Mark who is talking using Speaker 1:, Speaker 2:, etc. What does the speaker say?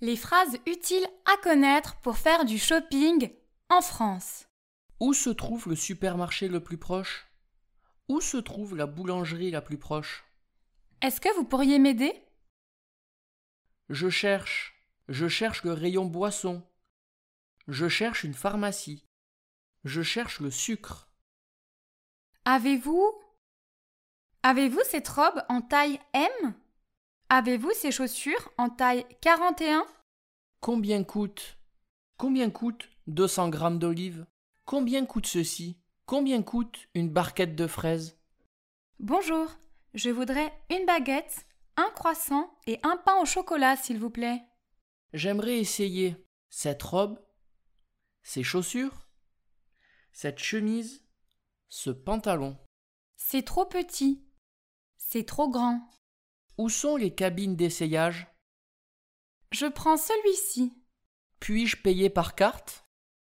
Speaker 1: Les phrases utiles à connaître pour faire du shopping en France.
Speaker 2: Où se trouve le supermarché le plus proche Où se trouve la boulangerie la plus proche
Speaker 1: Est-ce que vous pourriez m'aider
Speaker 2: Je cherche. Je cherche le rayon boisson. Je cherche une pharmacie. Je cherche le sucre.
Speaker 1: Avez-vous Avez-vous cette robe en taille M Avez-vous ces chaussures en taille 41
Speaker 2: Combien coûte Combien coûte 200 grammes d'olives Combien coûte ceci Combien coûte une barquette de fraises
Speaker 1: Bonjour, je voudrais une baguette, un croissant et un pain au chocolat, s'il vous plaît.
Speaker 2: J'aimerais essayer cette robe, ces chaussures, cette chemise, ce pantalon.
Speaker 1: C'est trop petit. C'est trop grand.
Speaker 2: Où sont les cabines d'essayage
Speaker 1: Je prends celui-ci.
Speaker 2: Puis-je payer par carte